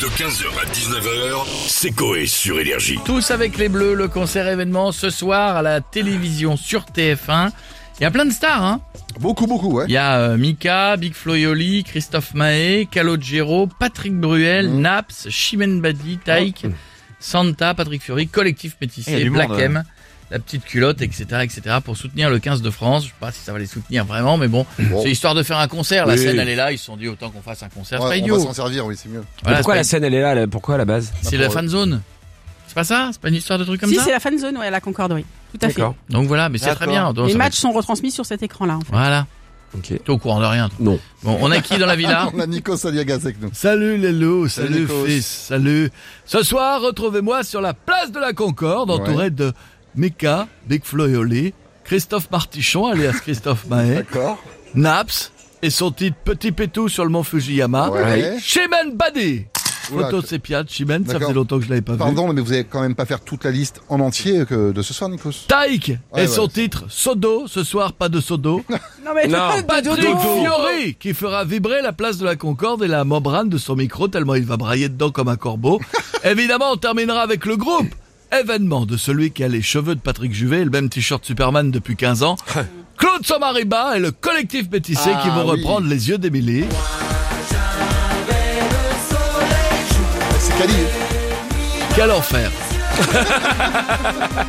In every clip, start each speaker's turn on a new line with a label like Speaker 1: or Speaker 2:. Speaker 1: De 15h à 19h, c'est Coé sur Énergie.
Speaker 2: Tous avec les Bleus, le concert événement ce soir à la télévision sur TF1. Il y a plein de stars, hein
Speaker 3: Beaucoup, beaucoup, ouais.
Speaker 2: Il y a euh, Mika, Big Floyoli, Christophe Mahé, Calogero, Patrick Bruel,
Speaker 4: Mm.
Speaker 2: Naps, Chimène Badi, Taïk, Santa, Patrick Fury, Collectif
Speaker 4: Ah, Il y a
Speaker 2: Métissé,
Speaker 4: du
Speaker 2: Black
Speaker 4: monde,
Speaker 2: M, La Petite Culotte, etc., etc., pour soutenir le 15 de France. Je sais pas si ça va les soutenir vraiment, mais bon,
Speaker 3: Bon.
Speaker 2: c'est histoire de faire un concert. La
Speaker 3: Oui.
Speaker 2: scène, elle est là, ils se sont dit autant qu'on fasse un concert.
Speaker 3: Ouais,
Speaker 2: c'est pas
Speaker 3: on va
Speaker 2: idiot.
Speaker 3: s'en servir, oui, c'est mieux.
Speaker 2: Voilà,
Speaker 4: pourquoi la
Speaker 2: c'est
Speaker 4: scène elle est là, là Pourquoi à la base
Speaker 2: pas- c'est la fan zone. C'est pas ça C'est pas une histoire de truc comme
Speaker 5: si,
Speaker 2: ça
Speaker 5: c'est la fan zone, ouais, à la Concorde, oui. Tout à fait.
Speaker 4: D'accord.
Speaker 2: Donc voilà, mais c'est très
Speaker 4: D'accord.
Speaker 2: bien. Donc,
Speaker 5: Les
Speaker 2: ça va
Speaker 5: matchs sont retransmis sur cet écran-là. en fait.
Speaker 2: Voilà.
Speaker 4: Ok.
Speaker 2: T'es au courant de rien. toi.
Speaker 4: Non.
Speaker 2: Bon, on a qui dans la villa
Speaker 3: On a Nico Saliaga avec nous.
Speaker 2: Salut les loups,
Speaker 3: Salut, salut, Nikos. fils,
Speaker 2: salut. Ce soir, retrouvez-moi sur la place de la Concorde,
Speaker 3: entouré
Speaker 2: de Mika, Big Floyoli, Christophe Martichon, alias Christophe Mahé,
Speaker 3: D'accord.
Speaker 2: Naps et son titre Petit Pétou sur le mont
Speaker 6: Ah
Speaker 2: Fujiyama,
Speaker 3: Ouais.
Speaker 2: Shimen Badi.
Speaker 3: Oula,
Speaker 2: Photo de ses pieds de Shimen, ça
Speaker 3: D'accord.
Speaker 2: faisait longtemps que je l'avais pas vu.
Speaker 3: Pardon, mais vous allez quand même pas faire toute la liste en entier que de ce soir, Nikos.
Speaker 2: Taïk et
Speaker 3: Ouais,
Speaker 2: son
Speaker 3: ouais.
Speaker 2: titre Sodo, ce soir pas de Sodo.
Speaker 5: Non, mais
Speaker 4: Non.
Speaker 5: pas de
Speaker 2: Patrick
Speaker 5: dodo.
Speaker 2: Fiori qui fera vibrer la place de la Concorde et la membrane de son micro tellement il va brailler dedans comme un corbeau. Évidemment, on terminera avec le groupe. Événement de celui qui a les cheveux de Patrick Juvet et le même t-shirt Superman depuis 15 ans. Claude Somariba et le collectif Métissé qui
Speaker 3: Ah,
Speaker 2: vont
Speaker 3: oui.
Speaker 2: reprendre les yeux d'Émilie.
Speaker 3: C'est Cali.
Speaker 2: Quel enfer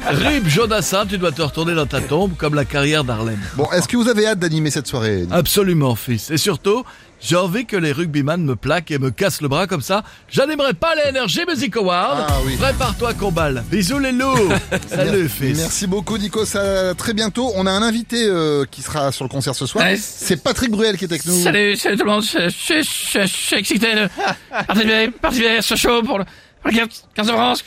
Speaker 2: Rib Jodassin, tu dois te retourner dans ta tombe comme la carrière d'Harlem.
Speaker 3: Bon, est-ce que vous avez hâte d'animer cette soirée
Speaker 4: Ah,
Speaker 3: Nico
Speaker 2: Absolument, fils. Et surtout, j'ai envie que les rugbyman me plaquent et me cassent le bras comme ça. J'animerai pas les Energy Music Awards.
Speaker 3: Ah oui.
Speaker 2: Prépare-toi, combat. Bisous, les loups. Salut, fils.
Speaker 3: Merci beaucoup, Nikos. À très bientôt. On a un invité euh, qui sera sur le concert ce soir.
Speaker 2: Ouais.
Speaker 3: C'est Patrick Bruel qui est avec nous.
Speaker 6: Salut, salut tout le monde, je, je- je- je suis excité de participer, participer à ce show pour le, pour le 15 de France.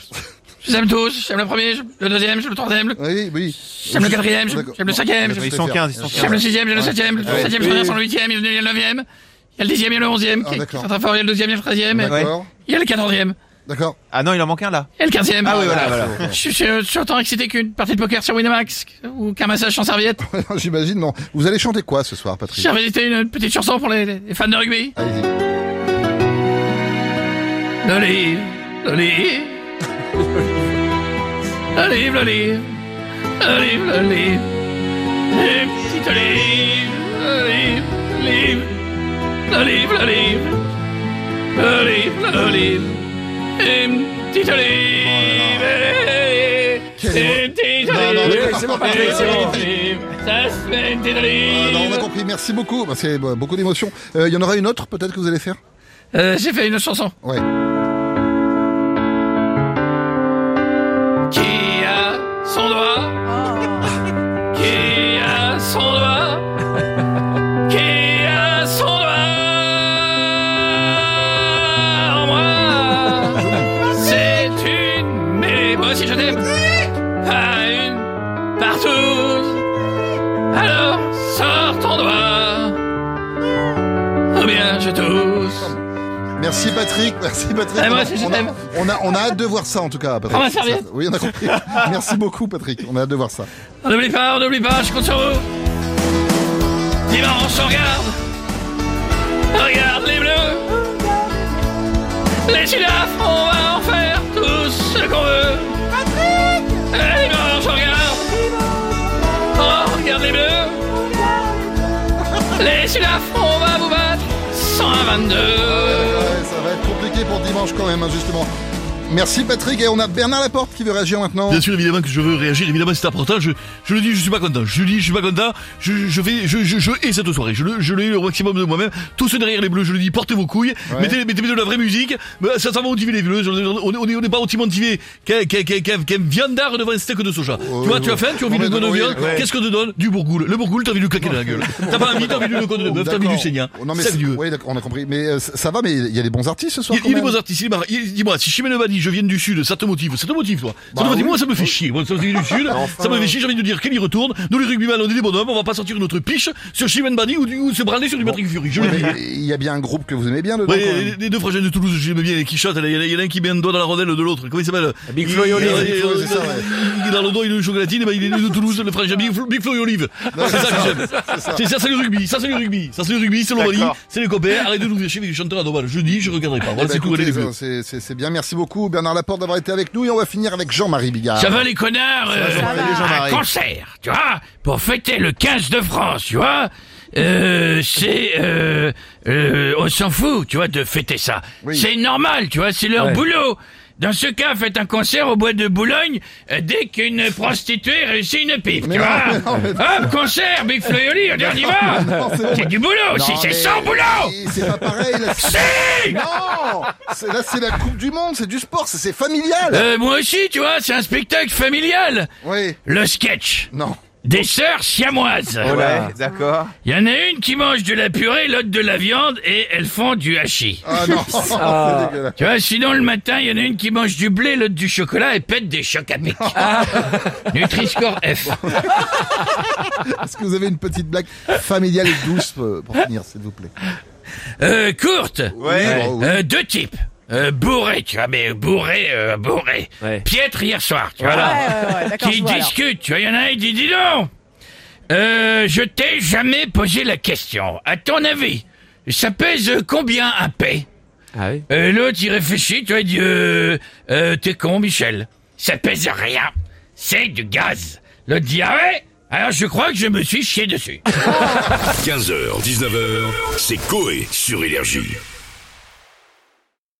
Speaker 6: Je les aime tous, j'aime le premier, j'aime le deuxième, j'aime le troisième,
Speaker 3: Oui, oui.
Speaker 6: j'aime le quatrième, j'aime
Speaker 3: D'accord.
Speaker 6: j'aime le cinquième,
Speaker 3: Bon,
Speaker 6: j'aime
Speaker 4: Ils sont
Speaker 3: faire.
Speaker 4: 15, ils sont 15.
Speaker 6: j'aime le sixième, j'aime le septième, le
Speaker 3: Ouais.
Speaker 6: septième, je reviens sur le huitième, il y a le neuvième, il y a le dixième, il y a le onzième,
Speaker 3: Ah,
Speaker 6: qui est qui est
Speaker 3: d'accord.
Speaker 6: très fort, il y a le douzième, il y a le treizième, et
Speaker 3: D'accord.
Speaker 6: il y a le quatorzième,
Speaker 3: D'accord.
Speaker 4: Ah non, il en manque un là.
Speaker 6: il y a le quinzième.
Speaker 4: Ah oui, voilà, voilà.
Speaker 6: Je suis- je suis autant excité qu'une partie de poker sur Winamax ou qu'un massage en serviette.
Speaker 3: J'imagine. Bon, vous allez chanter quoi ce soir, Patrick
Speaker 6: J'ai révisité une petite chanson pour les- les fans de rugby.
Speaker 3: Allez-y.
Speaker 6: L'olive, l'olive. L'olive, l'olive. L'olive, l'olive. Les petites olives, l'olive, l'olive. L'olive, l'olive. L'olive, l'olive. Les petites olives.
Speaker 3: Quel
Speaker 6: Les petites
Speaker 3: Oh Non, non,
Speaker 6: olives.
Speaker 3: d'accord.
Speaker 6: Les petites olives. Ça se fait une petite
Speaker 3: Ah, non, on a
Speaker 6: olive.
Speaker 3: compris. Merci beaucoup. Bah, C'est bah, beaucoup d'émotions. Euh, Il y en aura une autre peut-être que vous allez faire.
Speaker 6: Euh, J'ai fait une autre chanson.
Speaker 3: Ouais.
Speaker 6: Qui a son doigt Qui a son doigt Qui a son doigt En moi C'est une mêlée. Moi aussi je t'aime. Pas une partout. Alors sors ton doigt. Ou bien je tousse.
Speaker 3: Merci Patrick, merci Patrick.
Speaker 6: Ah, moi aussi, je
Speaker 3: on, a,
Speaker 6: t'aime.
Speaker 3: on, a, on a hâte de voir ça en tout cas, Patrick.
Speaker 6: Prends ma serviette.
Speaker 3: Oui, on a compris. merci beaucoup Patrick, on a hâte de voir ça.
Speaker 6: On n'oublie pas, on n'oublie pas, je compte sur vous. Dimanche, on regarde. On Regarde les bleus. Les Sudaf, on va en faire tout ce qu'on veut. Patrick Dimanche, on regarde. On regarde les bleus. Les Sudaf, on va vous battre.
Speaker 3: Ouais, ça
Speaker 6: 122.
Speaker 3: va être compliqué pour dimanche quand même, hein, justement. Merci Patrick et on a Bernard Laporte qui veut réagir maintenant.
Speaker 7: Bien sûr, évidemment que je veux réagir, évidemment c'est important, je, je le dis, je suis pas content, je le dis, je suis pas content, je, je fais, je, je, je hais cette soirée, je le, je le hais au maximum de moi-même, tous ceux derrière les bleus, je le dis, portez vos couilles, mettez, mettez, mettez de la vraie musique, bah, ça, ça va motiver les bleus, on n'est on est, on est pas aussi motivé qu'un qu'un- qu'un- qu'un- qu'un viandard devant un steak de soja.
Speaker 3: Oh,
Speaker 7: tu vois, tu as faim, tu as envie
Speaker 3: Non, mais
Speaker 7: de donner
Speaker 3: non,
Speaker 7: de
Speaker 3: oui,
Speaker 7: viande,
Speaker 3: d'accord.
Speaker 7: qu'est-ce qu'on te donne Du bourgoule. Le bourgoule, t'as envie de lui claquer dans la gueule. T'as pas envie, t'as envie de le côté de bœuf, t'as envie du saignant.
Speaker 3: Oh, Non mais
Speaker 7: Sérieux.
Speaker 3: oui, d'accord, on a compris. Mais euh, ça ça va, mais il y a des bons artistes ce soir.
Speaker 7: Il,
Speaker 3: quand
Speaker 7: il est
Speaker 3: même.
Speaker 7: beaux artistes, il est marrant. Il- Dis-moi, si Chimène Badi, je vienne du sud, ça te motive, ça te motive toi. Ça
Speaker 3: Bah
Speaker 7: te motive. Moi ça me fait chier, moi ça me fait du sud, ça me fait chier, j'ai envie de dire qu'il y retourne, nous les rugbyman on est des bonhommes, on va pas sortir notre piche sur Shivan Bani ou, du- ou se branler sur du Patrick Fury, je le
Speaker 3: Ouais,
Speaker 7: dis.
Speaker 3: mais Il y a bien un groupe que vous aimez bien dedans.
Speaker 7: Ouais,
Speaker 3: quand même.
Speaker 7: les, les deux frangins de Toulouse, j'aime bien les qui chantent, il y en a- il y en a un qui met un doigt dans la rondelle de l'autre, comment il s'appelle
Speaker 4: Big
Speaker 7: Il-
Speaker 4: Flo et Olive.
Speaker 7: il-
Speaker 3: Ah, Big Flo, c'est ça, ouais.
Speaker 7: il- il- Dans le doigt il a une chocolatine, et ben, il est né de Toulouse, le frangin Big, Flo- Big Flo et Olive. C'est ça que j'aime. C'est ça, c'est le rugby, ça c'est le rugby, ça c'est le rugby, c'est l'Ovalie,
Speaker 8: D'accord.
Speaker 7: c'est les copains, arrêtez de nous faire chier avec les chanteurs à dommage, je dis, je regarderai pas,
Speaker 3: Eh
Speaker 7: voilà
Speaker 3: ben,
Speaker 7: c'est tout,
Speaker 3: écoutez,
Speaker 7: allez les bleus.
Speaker 3: ça, c'est- c'est c'est bien, merci beaucoup Bernard Laporte d'avoir été avec nous et on va finir avec Jean-Marie Bigard.
Speaker 6: Ça va les connards euh,
Speaker 3: Jean-Marie,
Speaker 6: Un
Speaker 3: Jean-Marie.
Speaker 6: concert, tu vois, pour fêter le 15 de France, tu vois. Euh, c'est euh, euh, on s'en fout, tu vois, de fêter ça.
Speaker 3: Oui.
Speaker 6: C'est normal, tu vois, c'est leur boulot. Dans ce cas, faites un concert au bois de Boulogne euh, dès qu'une prostituée réussit une pipe,
Speaker 3: Mais
Speaker 6: tu
Speaker 3: non,
Speaker 6: vois.
Speaker 3: mais non, mais non.
Speaker 6: Hop, concert, Big Flo et Oli, on y- on y va.
Speaker 3: Non, c'est
Speaker 6: C'est du boulot, si
Speaker 3: Non,
Speaker 6: c'est
Speaker 3: mais-
Speaker 6: sans boulot.
Speaker 3: Et C'est pas pareil, là c'est-
Speaker 6: Si
Speaker 3: Non C'est- Là c'est la Coupe du Monde, c'est du sport, c'est- c'est familial
Speaker 6: Euh, moi aussi, tu vois, c'est un spectacle familial.
Speaker 3: Oui,
Speaker 6: Le sketch
Speaker 3: non.
Speaker 6: des sœurs siamoises.
Speaker 4: Ouais, d'accord.
Speaker 6: Il y en a une qui mange de la purée, l'autre de la viande et elles font du hachis.
Speaker 3: Ah non, c'est dégueulasse.
Speaker 6: Tu vois, sinon le matin, il y en a une qui mange du blé, l'autre du chocolat et pète des chocs à pic.
Speaker 4: Ah.
Speaker 6: Nutri-score F.
Speaker 3: Est-ce que vous avez une petite blague familiale et douce euh, pour finir, s'il vous plaît
Speaker 6: Euh, courte.
Speaker 3: Ouais. Oui.
Speaker 6: Euh, deux types. Euh, bourré, tu vois, mais bourré, euh, bourré.
Speaker 4: Ouais.
Speaker 6: Piètre hier soir, tu vois.
Speaker 5: ouais, ouais, d'accord,
Speaker 6: qui
Speaker 5: je vois, alors.
Speaker 6: discutent, tu vois, il y en a un, il dit, dis donc, euh, je t'ai jamais posé la question. À ton avis, ça pèse combien un paix
Speaker 4: Ah oui.
Speaker 6: Euh, L'autre, il réfléchit, tu vois, il dit, euh, euh, t'es con, Michel. Ça pèse rien. C'est du gaz. L'autre dit, ah ouais? Alors, je crois que je me suis chié dessus.
Speaker 1: 15h, 19h, c'est Coé sur Énergie.